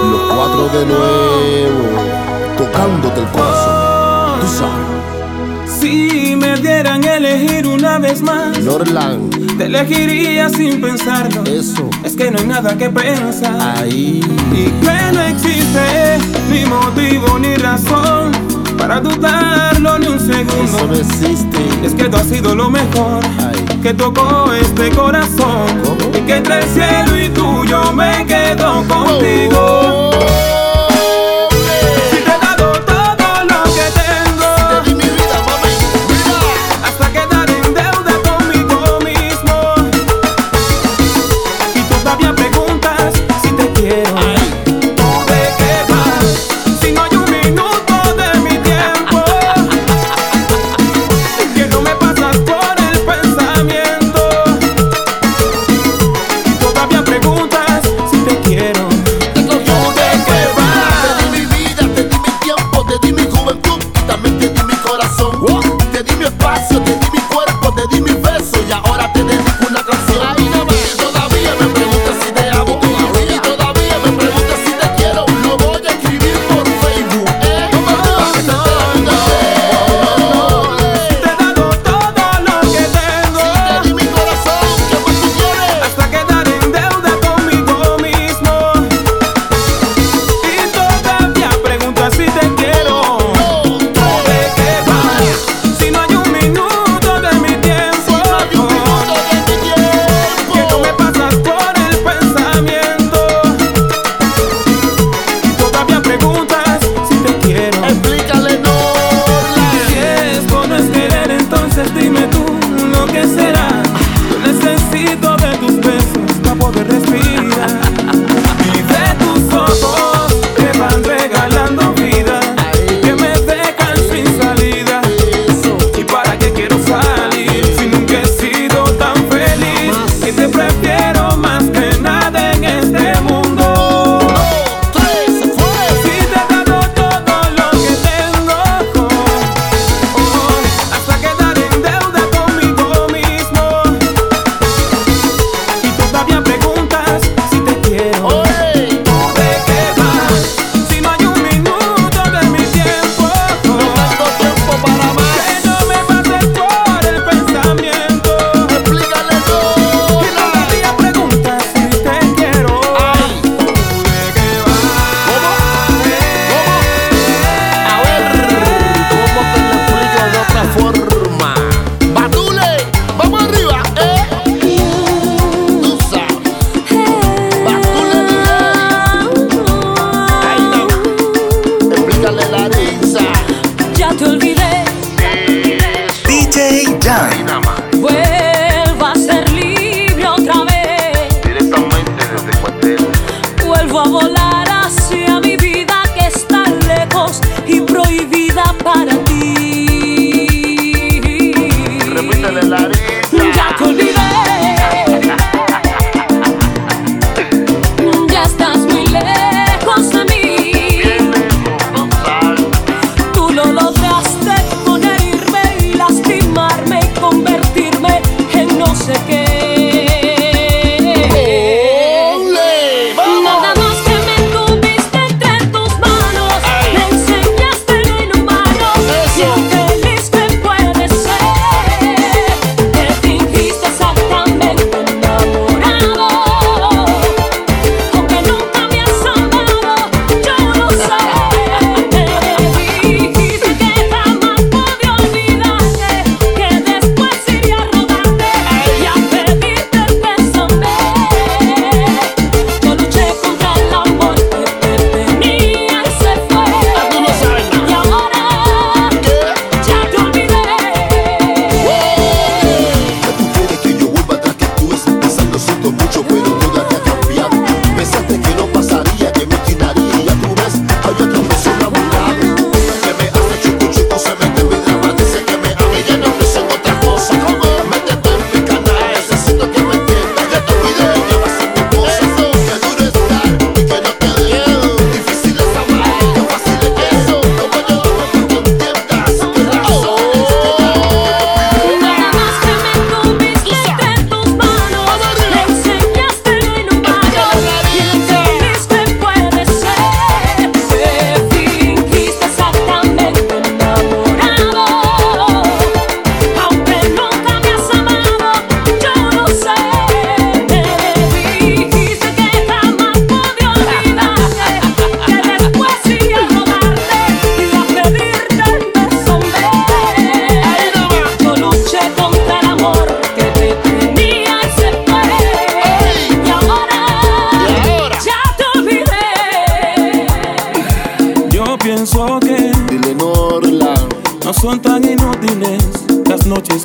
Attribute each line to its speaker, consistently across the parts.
Speaker 1: conmigo de nuevo, tocándote el corazón. Tú sabes.
Speaker 2: Si me dieran elegir una vez más,
Speaker 1: Norlan,
Speaker 2: te elegiría sin pensarlo.
Speaker 1: Eso.
Speaker 2: Es que no hay nada que pensar.
Speaker 1: Ahí.
Speaker 2: Y que no existe ni motivo ni razón para dudarlo ni un segundo.
Speaker 1: Eso no existe.
Speaker 2: Es que tú has sido lo mejor
Speaker 1: Ay.
Speaker 2: que tocó este corazón.
Speaker 1: ¿Cómo?
Speaker 2: Y que entre el cielo y tú yo me quedo contigo.
Speaker 1: Oh,
Speaker 2: Si te he dado todo lo que
Speaker 1: te
Speaker 2: tengo,
Speaker 1: di mi vida, mami. Mira.
Speaker 2: hasta quedar en deuda conmigo mismo. Y todavía preguntas si te quiero. ¿Tú de qué vas? Si no hay un minuto de mi tiempo. Que no me pasas por el pensamiento. Y todavía preguntas si te quiero.
Speaker 1: Te cogió de
Speaker 2: qué vas?
Speaker 1: Te di mi vida, te di mi tiempo, te di mi juventud, y también te di mi corazón. Te di mi espacio, te di mi cuerpo, te di mi beso y ahora te dedico una canción. Y todavía me preguntas si te amo, y todavía me preguntas si te quiero. Lo voy a escribir por Facebook. ¿eh? No, no, no, no.
Speaker 2: Te he dado todo lo que tengo.
Speaker 1: Te di mi corazón, ¿qué más tú quieres?
Speaker 2: Hasta quedar en deuda conmigo mismo. Y todavía preguntas si te quiero.
Speaker 1: No, no.
Speaker 2: ¿De qué vas? Si no hay un minuto de mi
Speaker 1: Hay un
Speaker 2: tiempo.
Speaker 1: minuto de mi tiempo.
Speaker 2: Que tú me pasas por el pensamiento. Y todavía preguntas si te quiero.
Speaker 1: Explícale, no.
Speaker 2: Si esto no es querer, entonces dime tú lo que será. Yo necesito de tus besos para poder respirar. Y de tus ojos que van regalando vida, que me dejan sin salida.
Speaker 1: Eso.
Speaker 2: ¿Y para qué quiero salir si nunca he sido tan feliz? Y te prefiero más que nada en este mundo.
Speaker 1: tres, fue.
Speaker 2: Si te he dado todo lo que tengo, oh, oh, hasta quedar en deuda conmigo mismo. Y
Speaker 1: eh.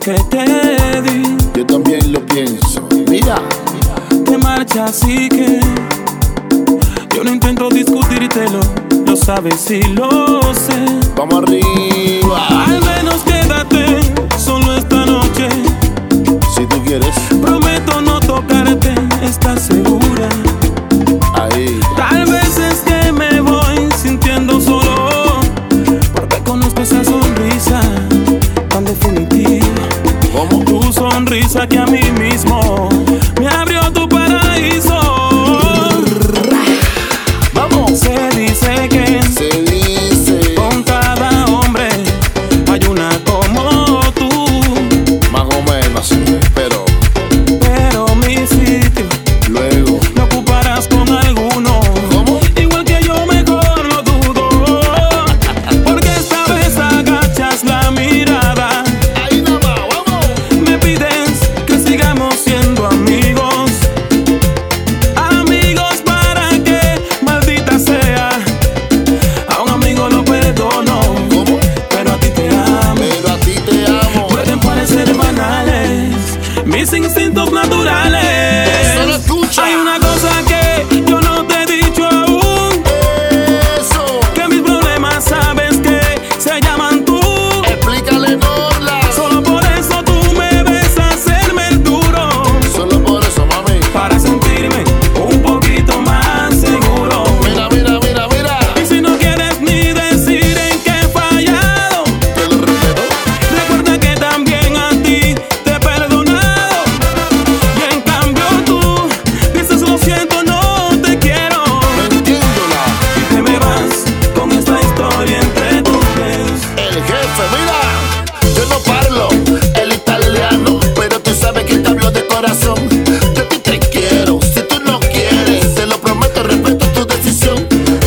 Speaker 2: que te di.
Speaker 3: Yo también lo pienso. Mira,
Speaker 2: Te marcha así que yo no intento discutírtelo. Lo sabes y lo sé.
Speaker 3: vamos arriba.
Speaker 2: Al menos quédate solo esta noche.
Speaker 3: Si tú quieres,
Speaker 2: Prometo no tocarte, estás segura.
Speaker 3: ahí.
Speaker 2: Tal vez es que me voy sintiendo solo. Porque conozco esa sonrisa tan definitiva.
Speaker 3: ¿Cómo?
Speaker 2: Tu sonrisa que a mí mismo me abrió tu paraíso.
Speaker 3: Vamos.
Speaker 2: Se dice que
Speaker 3: Se dice,
Speaker 2: con cada hombre hay una como tú.
Speaker 3: más o menos, pero
Speaker 2: Pero mi sitio
Speaker 3: luego.
Speaker 2: lo ocuparás con alguno.
Speaker 3: ¿Cómo?
Speaker 2: Igual que yo mejor lo dudo. Porque esta vez agachas la mirada.
Speaker 3: Ahí nada más, vamos.
Speaker 2: Me pides que sigamos siendo amigos. Amigos para que, maldita sea. A un amigo lo perdono,
Speaker 3: ¿Cómo?
Speaker 2: pero a ti te amo.
Speaker 3: Pero a ti te amo.
Speaker 2: Pueden parecer banales mis instintos naturales.
Speaker 3: Solo escucha.
Speaker 2: Hay una cosa que yo no te he dicho aún.
Speaker 3: Eso.
Speaker 2: Que mis problemas sabes que se llaman tú.
Speaker 3: Explícale, Norla.
Speaker 2: Solo por eso tú me ves hacerme el duro.
Speaker 3: Solo por eso, mami.
Speaker 2: para sentirme un poquito más seguro.
Speaker 3: Mira, mira, mira, mira.
Speaker 2: Y si no quieres ni decir en qué he fallado,
Speaker 3: Te lo repito.
Speaker 2: recuerda que también a ti te he perdonado. Y en cambio tú dices lo siento, no te quiero.
Speaker 3: Metiéndola.
Speaker 2: Y te me vas con esta historia entre tus dedos.
Speaker 3: El jefe, mira. Yo no parlo el italiano, pero tú sabes que te hablo de corazón. Yo a ti te quiero. Si tú no quieres, te lo prometo, respeto tu decisión.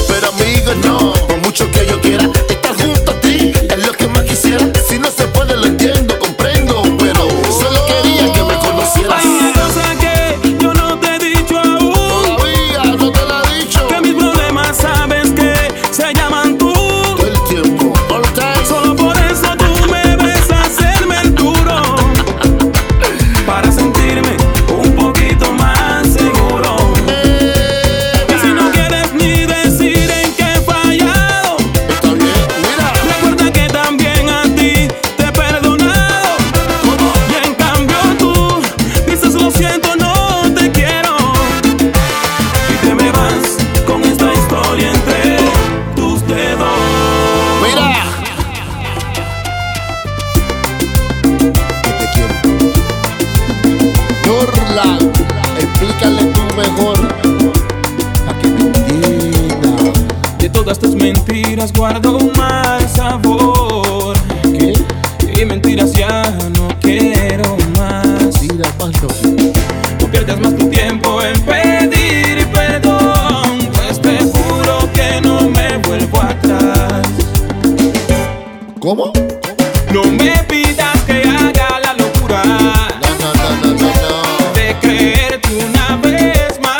Speaker 3: Pero amigos, no. Por mucho que yo quiera, estar junto a ti es lo que más quisiera. Si no se puede, lo entiendo, comprendo. Pero solo quería que me conocieras.
Speaker 2: Hay una cosa que yo no te he dicho aún.
Speaker 3: Todavía no te la he dicho.
Speaker 2: Que mis problemas sabes que se llaman tú.
Speaker 3: Todo el tiempo, all the time.
Speaker 2: Solo por eso tú me ves hacerme el duro Para sentirme un poquito más seguro Y si no quieres ni decir en qué he fallado
Speaker 3: Está bien, mira.
Speaker 2: Recuerda que también a ti te he perdonado Y en cambio tú dices lo siento, no te quiero Y te me vas con esta historia entre tus dedos
Speaker 3: Mira. Norla, explícale tú mejor. A que me entienda.
Speaker 2: De todas tus mentiras guardo un mal sabor
Speaker 3: ¿Qué?
Speaker 2: Y mentiras ya no quiero más
Speaker 3: Tira paso.
Speaker 2: No pierdas más tu tiempo en pedir perdón Pues te juro que no me vuelvo atrás
Speaker 3: ¿Cómo?
Speaker 2: No me pidas que haga la locura
Speaker 3: No, no, no, no, no, no.
Speaker 2: De creerte una vez más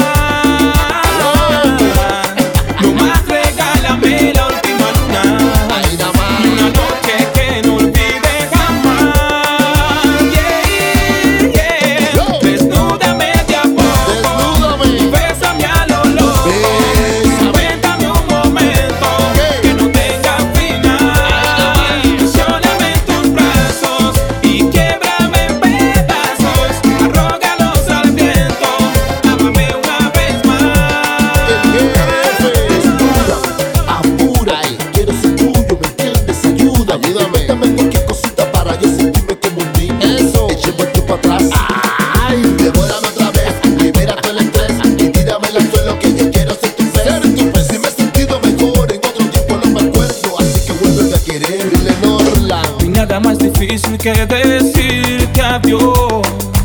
Speaker 2: No más regálame la última luna
Speaker 3: Ahí nada
Speaker 2: Y una
Speaker 3: más.
Speaker 2: noche que no olvide jamás Yeah, yeah Desnúdame de a poco
Speaker 3: Desnúdame.
Speaker 2: Bésame a lo loco
Speaker 3: Bésame.
Speaker 2: Aventame un momento
Speaker 3: Hey.
Speaker 2: Que no tenga final Ilusioname en tus brazos Y quiebrame en pedazos Arrógalos al viento Ámame una vez más
Speaker 3: El jefe. apura. eh, Quiero ser tuyo, ¿me entiendes? Ayuda, ayúdame. Dame cualquier cosita para yo sentirme como un niño. Eso, échame tú para atrás. Ay, devórame otra vez. Libera todo el estrés y tírame al suelo que yo quiero ser tu pez. Ser tu pez. Si me he sentido mejor, en otro tiempo no me acuerdo. Así que vuelve a querer. Dile Norland,
Speaker 2: No hay nada más difícil que decirte adiós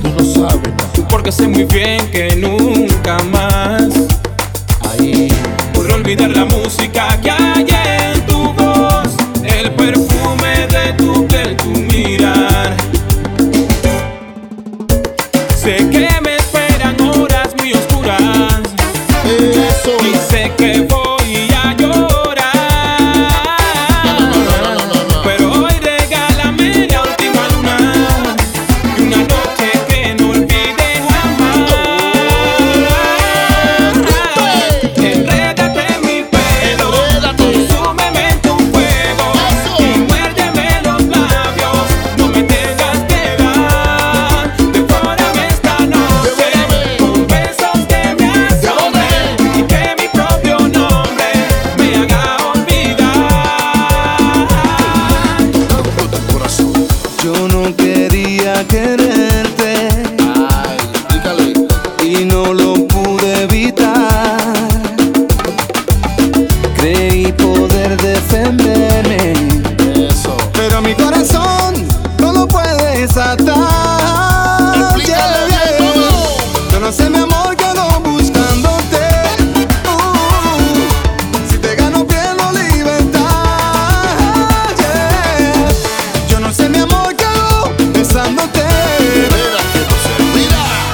Speaker 3: tú no sabes nada.
Speaker 2: Porque sé muy bien que nunca más
Speaker 3: Ahí,
Speaker 2: podré olvidar la música que hay en tu voz, el perfume de tu piel, tu mirar. Sé que me esperan horas muy oscuras
Speaker 3: eso.
Speaker 2: y sé que voy a llorar.
Speaker 3: No, no, no, no, no, no.
Speaker 2: Pero hoy regálame la última luna.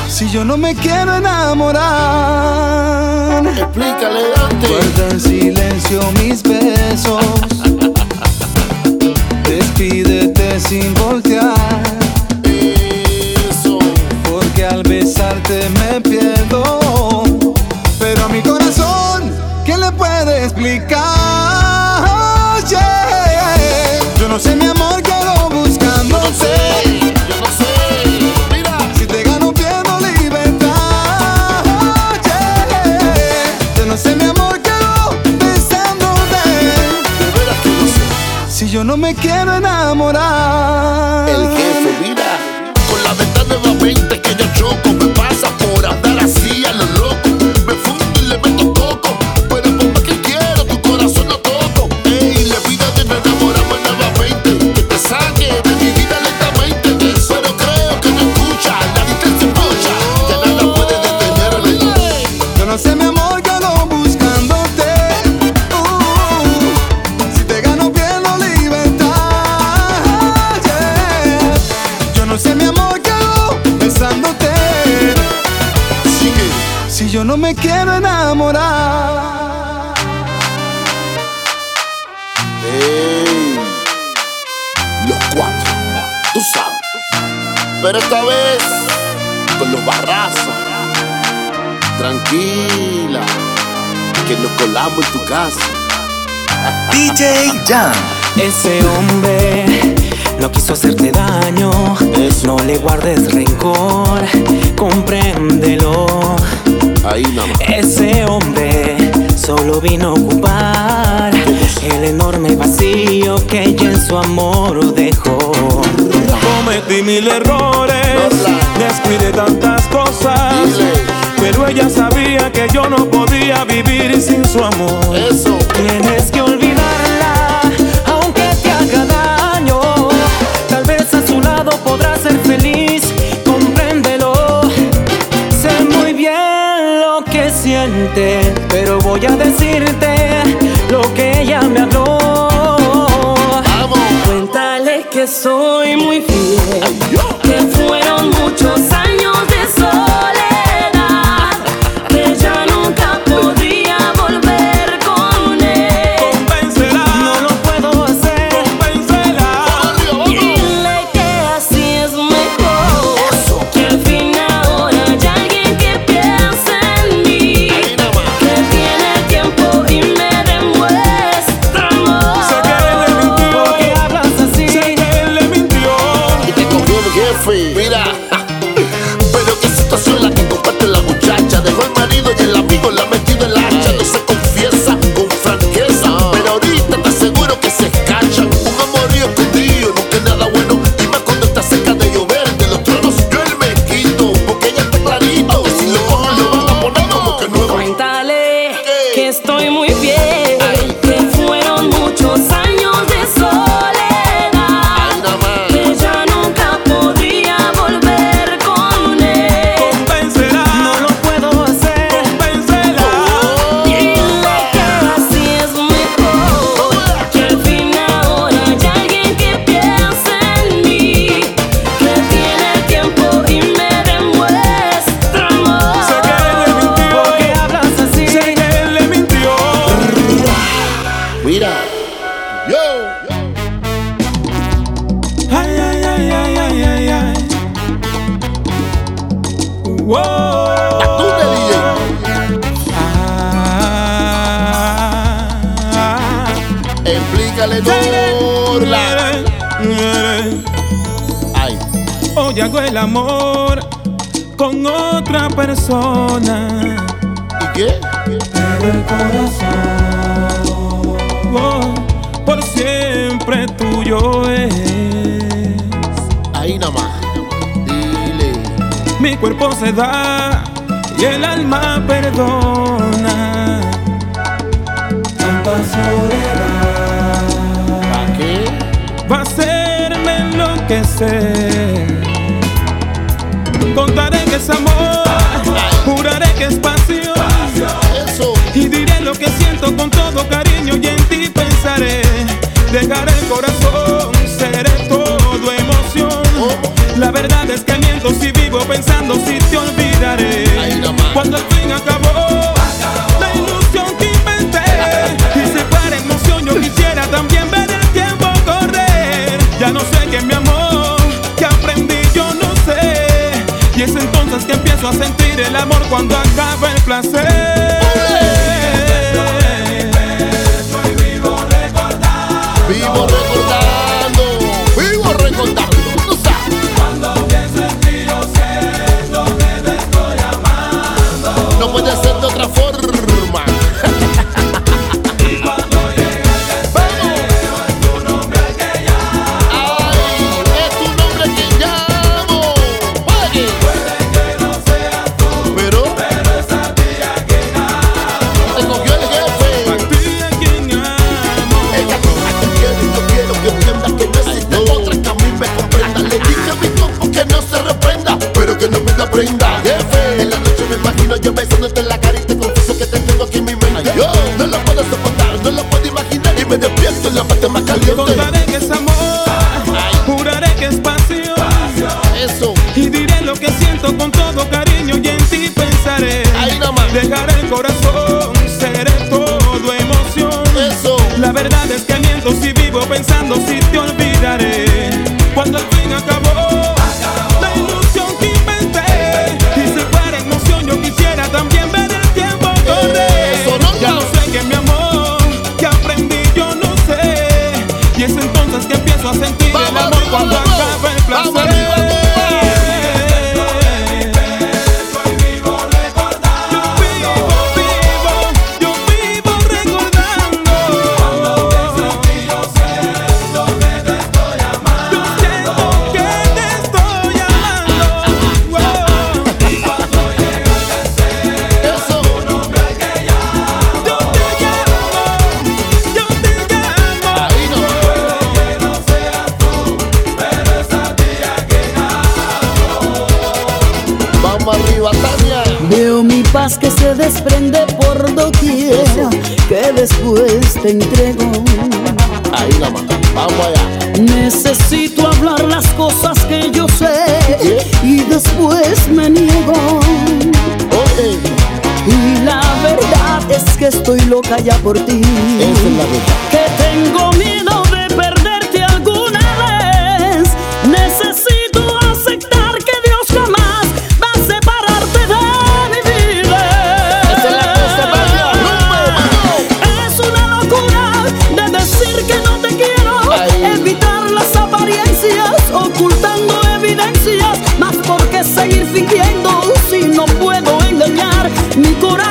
Speaker 4: si yo no me quiero enamorar?
Speaker 1: Explícale antes.
Speaker 4: Guarda en silencio mis besos. Despídete sin voltear,
Speaker 1: Eso.
Speaker 4: porque al besarte me pierdo. Pero a mi corazón, ¿quién le puede explicar? Yeah. Yo no sé mi amor, quiero
Speaker 1: Yo no
Speaker 4: buscándote.
Speaker 1: sé, yo no sé. Mira,
Speaker 4: Si te gano pierdo libertad yeah. Yo no sé mi amor quedo besándote
Speaker 1: de veras que no sé.
Speaker 4: Si yo no me quiero enamorar
Speaker 1: El jefe, mira, con la ventana nuevamente que yo choco. Me pasa por andar así a lo loco. Me fundo y le meto coco. Pero por más que quiero, tu corazón no toco. Ey, le pido que me enamoramos nuevamente. Que te saque de mi vida lentamente. Pero creo que no escucha, la distancia escucha. Ya nada puede detenerme.
Speaker 4: Yo no sé mi amor quedo buscándote Uh, Si te gano pierdo libertad yeah. Yo no sé mi amor quedo besándote
Speaker 1: Sigue,
Speaker 4: Si yo no me quiero enamorar.
Speaker 1: ey, los cuatro, tú sabes. Pero esta vez con los barrazos. Tranquila, que nos colamos en tu casa.
Speaker 3: DJ Jam.
Speaker 2: Ese hombre no quiso hacerte daño. No le guardes rencor, compréndelo.
Speaker 1: Ahí nada más.
Speaker 2: Ese hombre solo vino a ocupar el enorme vacío que ella en su amor dejó. Cometí mil errores, descuidé tantas cosas,
Speaker 1: Dile.
Speaker 2: pero ella sabía que yo no podía vivir sin su amor.
Speaker 1: Eso,
Speaker 2: Tienes que olvidarla, aunque te haga daño. Tal vez a su lado podrás ser feliz, compréndelo. Sé muy bien lo que siente, pero voy a decirte lo que ella me habló.
Speaker 1: vamos.
Speaker 5: Cuéntale que soy muy fiel,
Speaker 1: Ay, yo.
Speaker 5: que fueron muchos años de soledad, que ya nunca podría volver con él.
Speaker 2: No lo puedo hacer,
Speaker 1: Barrio, vamos.
Speaker 5: Dile que así es mejor, que al fin ahora hay alguien que piense en mí,
Speaker 1: Ahí nada más.
Speaker 5: que tiene tiempo y me demuestra amor.
Speaker 2: porque hablas así.
Speaker 1: Y te cogió el jefe. Mira, ja. pero qué situación la que comparte la muchacha. Dejó el marido y el amigo la ha metido el hacha. No se confiesa con franqueza. Pero ahorita te aseguro que se escacha. Un amorío escondido, nunca es nada bueno. Y más cuando está cerca de llover. De los tronos yo el me quito. Porque ella está clarito. Si lo cojo, lo van a poner como que nuevo.
Speaker 5: Cuéntale que estoy muy bien, que fueron muchos años de
Speaker 1: Ay, nada
Speaker 5: soledad,
Speaker 1: más.
Speaker 5: que ya nunca podría volver con él.
Speaker 2: No lo puedo hacer,
Speaker 5: Dile que así es mejor, que al fin ahora hay alguien que piense en mí, que tiene tiempo y me demuestra amor.
Speaker 2: porque hablas así.
Speaker 1: Mira, yo.
Speaker 2: Ay, ay, ay, ay, ay, ay, ay. Wow.
Speaker 1: Tú me DJ.
Speaker 2: Ah.
Speaker 1: Explícale, Dorla. Ay,
Speaker 2: Hoy hago el amor con otra persona.
Speaker 1: ¿y qué?
Speaker 2: Oh, por siempre tuyo es.
Speaker 1: Ahí nada más. Dile.
Speaker 2: Mi cuerpo se da y el alma perdona. Tanta soledad
Speaker 1: ¿Para qué?
Speaker 2: va a hacerme enloquecer. Contaré que es amor, juraré que es pasión.
Speaker 1: Eso.
Speaker 2: Y diré lo que siento con todo cariño y en ti pensaré. Dejaré el corazón, seré todo emoción.
Speaker 1: ¿Cómo?
Speaker 2: La verdad es que miento si vivo pensando si te olvidaré. Empiezo a sentir el amor cuando acaba el placer.
Speaker 1: Vivo recordando, vivo recordando. Tú sabes. No puede ser de otra forma. Ay, es tu nombre que llamo. Oye. Pero te cogió el jefe.
Speaker 2: A ti a quien amo.
Speaker 1: Ella con la que quiero y yo quiero que entienda que no existe otra que a mí me comprenda. Le dije a mi compu que no se reprenda, pero que no me la prenda. Jefe, en la noche me imagino yo besándote en la cara y te confieso que te tengo aquí en mi mente. Yo no lo puedo soportar, no lo puedo imaginar y me despierto en la parte más caliente.
Speaker 2: Contaré que es amor, juraré que es pasión.
Speaker 1: Eso,
Speaker 2: Y diré lo que siento con todo cariño y en ti pensaré.
Speaker 1: Ahí nomás.
Speaker 2: Dejaré el corazón, seré todo emoción.
Speaker 1: eso,
Speaker 2: La verdad es que miento si vivo pensando si te olvidaré. Cuando al fin acabó. la ilusión que inventé Y si fuera emoción yo quisiera también ver el tiempo
Speaker 1: Eso,
Speaker 2: correr
Speaker 1: loco.
Speaker 2: Ya no sé que mi amor, que aprendí yo no sé Y es entonces que empiezo a sentir el
Speaker 1: Vamos
Speaker 2: amor
Speaker 1: arriba,
Speaker 2: cuando
Speaker 1: loco.
Speaker 2: acaba el
Speaker 1: Vamos
Speaker 2: placer
Speaker 1: arriba,
Speaker 2: Yo vivo, vivo, yo vivo recordando Yo siento que te estoy amando
Speaker 1: eso.
Speaker 2: Yo te llamo, yo te llamo
Speaker 1: Ahí nomás. Vamos arriba, Tania.
Speaker 5: Veo mi paz que se desprende por doquiera, que después te entrego.
Speaker 1: Ahí nomás. Vamos allá.
Speaker 5: Necesito hablar las cosas que yo sé y después me niego.
Speaker 1: Oye,
Speaker 5: Y la verdad es que estoy loca ya por ti.
Speaker 1: esa es la verdad.
Speaker 5: que tengo miedo de perderte alguna vez. Necesito aceptar que Dios jamás va a separarte de mi vida.
Speaker 1: Esa es la cosa, María.
Speaker 5: Es una locura de decir que no te quiero,
Speaker 1: Ay.
Speaker 5: evitar las apariencias, ocultando evidencias, más porque seguir fingiendo si no puedo engañar mi corazón.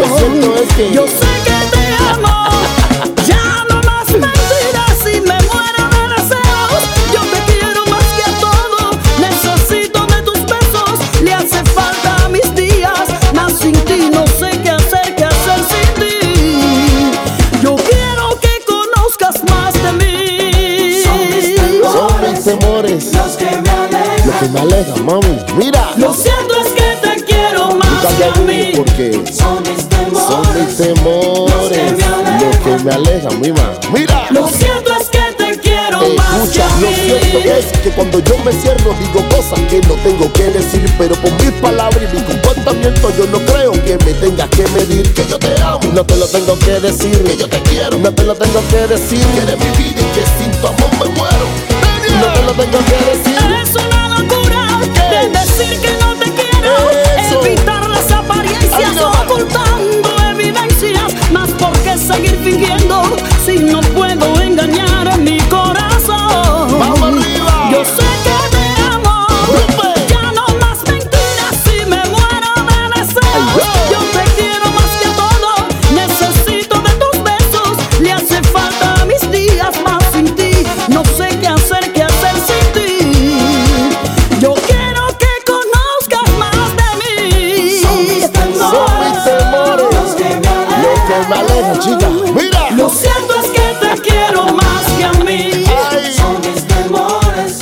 Speaker 1: Lo cierto es que-
Speaker 5: Yo sé que te amo. Ya no más mentiras y me muero de deseos. Yo te quiero más que a todo. Necesito de tus besos. Le hace falta a mis días. Más sin ti no sé qué hacer, qué hacer sin ti. Yo quiero que conozcas más de mí.
Speaker 1: Son mis temores
Speaker 5: Los que me alejan.
Speaker 1: lo que me aleja, mami. Mira,
Speaker 5: Lo cierto es que te quiero más que
Speaker 1: nunca
Speaker 5: a
Speaker 1: me
Speaker 5: mí.
Speaker 1: ayudes porque
Speaker 5: Son mis temores.
Speaker 1: son mis temores lo que me aleja, mi ma. Mira,
Speaker 5: Lo cierto es que te quiero más que
Speaker 1: escucha,
Speaker 5: a
Speaker 1: Eh, lo
Speaker 5: mí.
Speaker 1: cierto es que cuando yo me cierro digo cosas que no tengo que decir, pero con mis palabras y mi comportamiento yo no creo que me tengas que medir. Que yo te amo, no te lo tengo que decir. Que yo te quiero, no te lo tengo que decir. Que eres mi vida y que sin tu amor me muero. Ah. No te lo tengo que decir.
Speaker 5: Es una locura de decir que no te quiero.
Speaker 1: Eh. Eso.
Speaker 5: Evitar las
Speaker 1: Ahí
Speaker 5: apariencias,
Speaker 1: nomás.
Speaker 5: ocultando evidencias. Más porque seguir fingiendo si no puedo engañar a mi corazón.
Speaker 1: Vamos arriba.
Speaker 5: Yo sé que te amo.
Speaker 1: Rompe.
Speaker 5: Ya no más mentiras si me muero de deseos.
Speaker 1: Ay,
Speaker 5: Yo te quiero más que todo. Necesito de tus besos. Le hace falta a mis días más sin ti. No sé qué hacer, qué hacer sin ti. Yo quiero que conozcas más de mí. Son mis
Speaker 1: Son mis temores lo que me aleja, chica. Mira.
Speaker 5: Lo cierto es que te quiero más que a mí.
Speaker 1: Ay. Son
Speaker 5: mis temores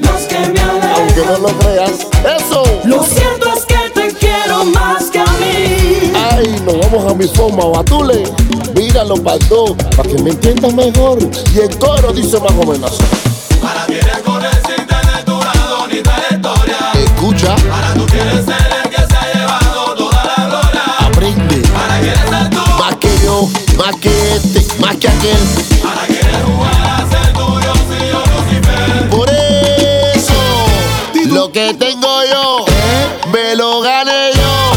Speaker 5: los que me alejan.
Speaker 1: aunque no lo creas. Eso.
Speaker 5: Lo cierto es que te quiero más que a mí.
Speaker 1: Ay, nos vamos a mi forma, Batule. Míralo para dos, para que me entiendas mejor. Y el coro dice más o menos.
Speaker 6: Ahora quieres correr sin tener tu lado ni trayectoria.
Speaker 1: Escucha,
Speaker 6: Ahora tú quieres ser el que se ha llevado toda la gloria.
Speaker 1: aprende.
Speaker 6: Ahora quieres ser tú.
Speaker 1: Más que yo, más que este, más que aquel.
Speaker 6: Ahora quieres jugar a ser tuyo si yo Lucifer.
Speaker 5: ¿Eh?
Speaker 1: Por eso, lo que tengo yo, me gané yo.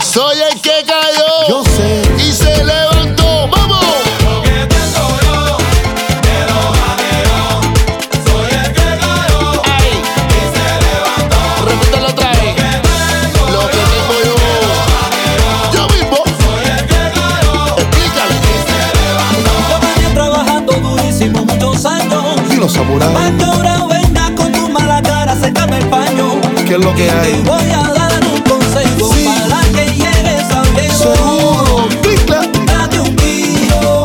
Speaker 1: Soy el que cayó.
Speaker 5: Yo sé.
Speaker 1: Y se levantó. ¡Vamos!
Speaker 6: Porque soy yo, que lo gané yo. Soy el que ganó
Speaker 1: ¡Ay!
Speaker 6: y se levantó.
Speaker 1: Repítelo otra vez. Lo que tengo yo. Yo mismo.
Speaker 6: Soy el que ganó
Speaker 1: Explícale.
Speaker 7: Yo venía trabajando durísimo muchos años.
Speaker 4: Y los samuráis,
Speaker 7: Aunque ahora venga con tu mala cara, sécame el paño.
Speaker 4: ¿qué es lo que
Speaker 7: Te
Speaker 4: hay?
Speaker 7: voy a dar un consejo para que llegues a lejos.
Speaker 4: Seguro, clic-clac,
Speaker 7: Date un tiro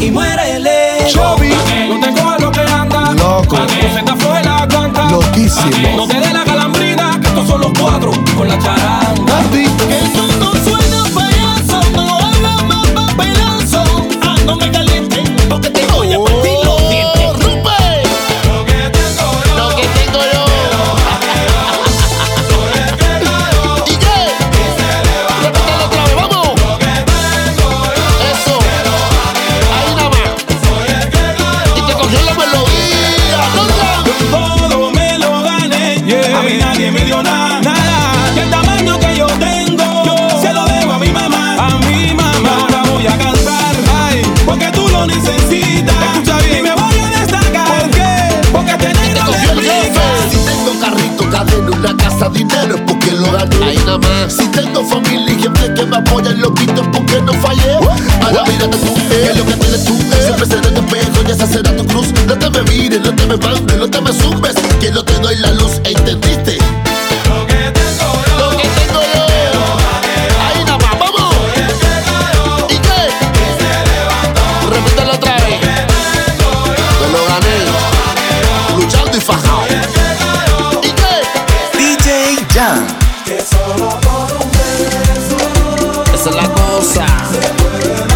Speaker 7: y muérele.
Speaker 4: Chobi,
Speaker 2: No te cojas lo que anda.
Speaker 4: Loco.
Speaker 2: Pa' que se te fue la guanta. No
Speaker 4: loquísimo.
Speaker 2: te dé la calambrina, que estos son los cuatro con la charanga.
Speaker 4: Andy,
Speaker 7: No suena payaso, no habla más papelazo. Ah, no me caliente, porque te voy a partir los dientes.
Speaker 1: ¡Oh, Rupe!
Speaker 6: lo que tengo
Speaker 1: Lo
Speaker 6: yo.
Speaker 1: que pues, tengo yo.
Speaker 6: Soy el que ganó
Speaker 1: ¿Y qué?
Speaker 6: y se levantó.
Speaker 1: Repítelo otra vez. ¡Vamos!
Speaker 6: Lo que tengo yo,
Speaker 1: Eso. Ahí nada más.
Speaker 6: soy el que ganó.
Speaker 1: Y te cogió la melodía. ¡Contra!
Speaker 2: Todo me lo gané, a mí nadie me dio nada, nada. Y el tamaño que yo tengo, yo se lo debo a mi mamá, a mi mamá. Y ahora voy a cantar, ay, porque tú lo necesitas. Escucha bien, y me voy a destacar, ¿por qué? Porque te
Speaker 1: Te
Speaker 2: negro me
Speaker 1: cogió el jefe.
Speaker 2: explica.
Speaker 1: Si tengo carrito, cadena, una casa, dinero es porque lo gané. Ahí nada más. Si tengo familia y gente que me apoya en lo quito es porque no fallé. Ahora mírate tú, eh, que lo que tienes tú eh. Siempre será tu espejo y esa será tu cruz. No te me mires, no te me mandes, no te me subes. Que no te doy la luz, ¿entendiste?
Speaker 6: Lo que tengo yo,
Speaker 1: Lo que tengo yo. Ahí nada más, vamos. ¿Y qué? Repítelo otra vez. Me lo gané. Luchando y fajado. ¿Y qué?
Speaker 3: DJ Jam.
Speaker 1: Esa es la cosa.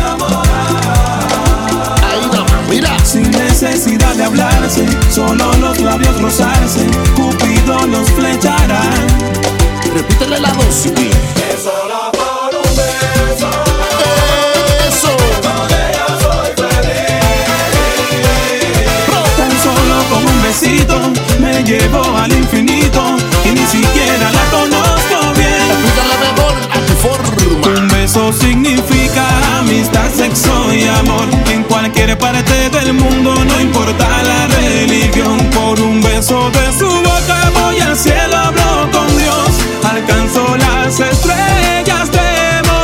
Speaker 1: Ahí nada más, mira.
Speaker 2: Sin necesidad de hablarse, solo los labios rozarse, Cupido los flechará.
Speaker 1: Repítele la dosis.
Speaker 6: que solo por un beso,
Speaker 1: Eso.
Speaker 6: donde yo soy feliz.
Speaker 2: Tan solo con un besito me llevo al infinito y ni siquiera la conozco bien.
Speaker 1: Repítele mejor a tu forma.
Speaker 2: Un beso significa amistad, sexo y amor. En cualquier parte del mundo, no importa la religión. Por un beso de su boca voy al cielo, hablo con Dios. Alcanzo las estrellas de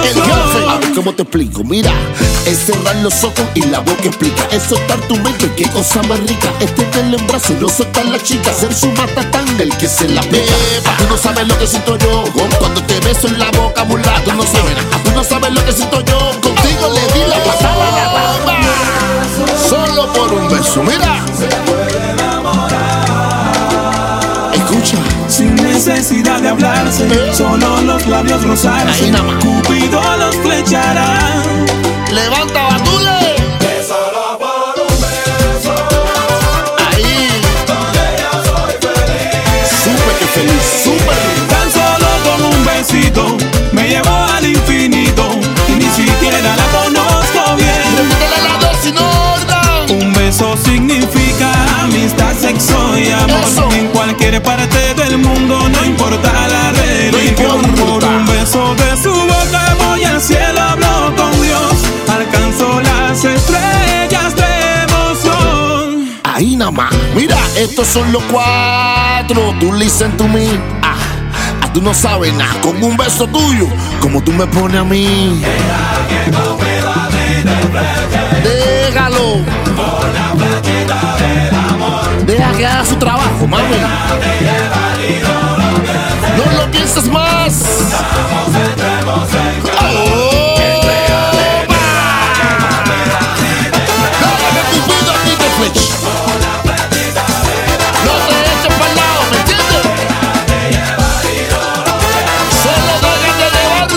Speaker 1: El jefe, a
Speaker 2: emoción.
Speaker 1: ver cómo te explico, mira, este es cerrar los ojos y la boca explica. Es soltar tu mente, qué cosa más rica. Este Es tenerle en brazo y no soltar la chica. Ser su matatán el que se la pega. Tú no sabes lo que siento yo con- cuando te beso en la boca, mulá. Tú no sabes nada. Tú no sabes lo que siento yo. Contigo le di la patada a la dama. Solo por un beso, mira. Escucha.
Speaker 2: Sin necesidad de hablarse,
Speaker 1: Eh.
Speaker 2: solo los labios
Speaker 1: Ahí
Speaker 2: rozarse.
Speaker 1: nada más.
Speaker 2: Cupido los flechará.
Speaker 1: Levanta, batule.
Speaker 6: Que solo por un beso,
Speaker 1: Ahí.
Speaker 6: donde yo soy feliz.
Speaker 1: Súper que feliz, súper.
Speaker 2: Tan solo con un besito me llevo al infinito y ni siquiera la conozco bien.
Speaker 1: Repítele la dosis, no orden.
Speaker 2: Un beso significa amistad, sexo y amor.
Speaker 1: Eso.
Speaker 2: En cualquier parte del mundo, no importa la religión.
Speaker 1: importa.
Speaker 2: Por un beso de su boca voy al cielo, hablo con Dios. Alcanzo las estrellas de emoción.
Speaker 1: Ahí nada más. Mira, estos son los cuatro. Tú listen to me. Ah, ah, tú no sabes nada. Con un beso tuyo, como tú me pones a mí. Déjalo. Deja que haga su trabajo, mami. No lo pienses más. Oh, va. Dale que Cupido a ti te flecha. No te eches para lado, ¿me entiendes? Solo déjate llevar.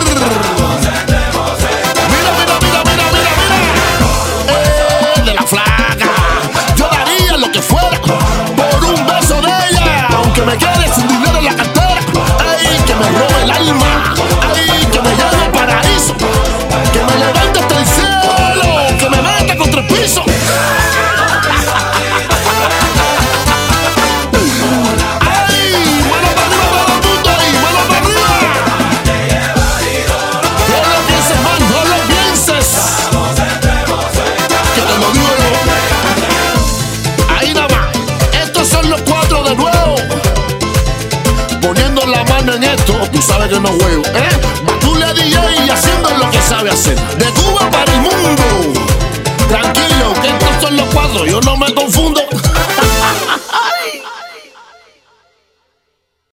Speaker 1: Mira, mira, mira, mira, mira, mira. Eh, de la flaca. Yo daría lo que fuera por un beso de ella. Aunque me quede sin dinero en la cartera. Ay, que me robe el alma. Ay, que me lleve al paraíso. esto o tú sabes que no juego. ¿eh? Batule DJ y haciendo lo que sabe hacer. De Cuba para el mundo. Tranquilo, que estos son los cuadros, yo no me confundo.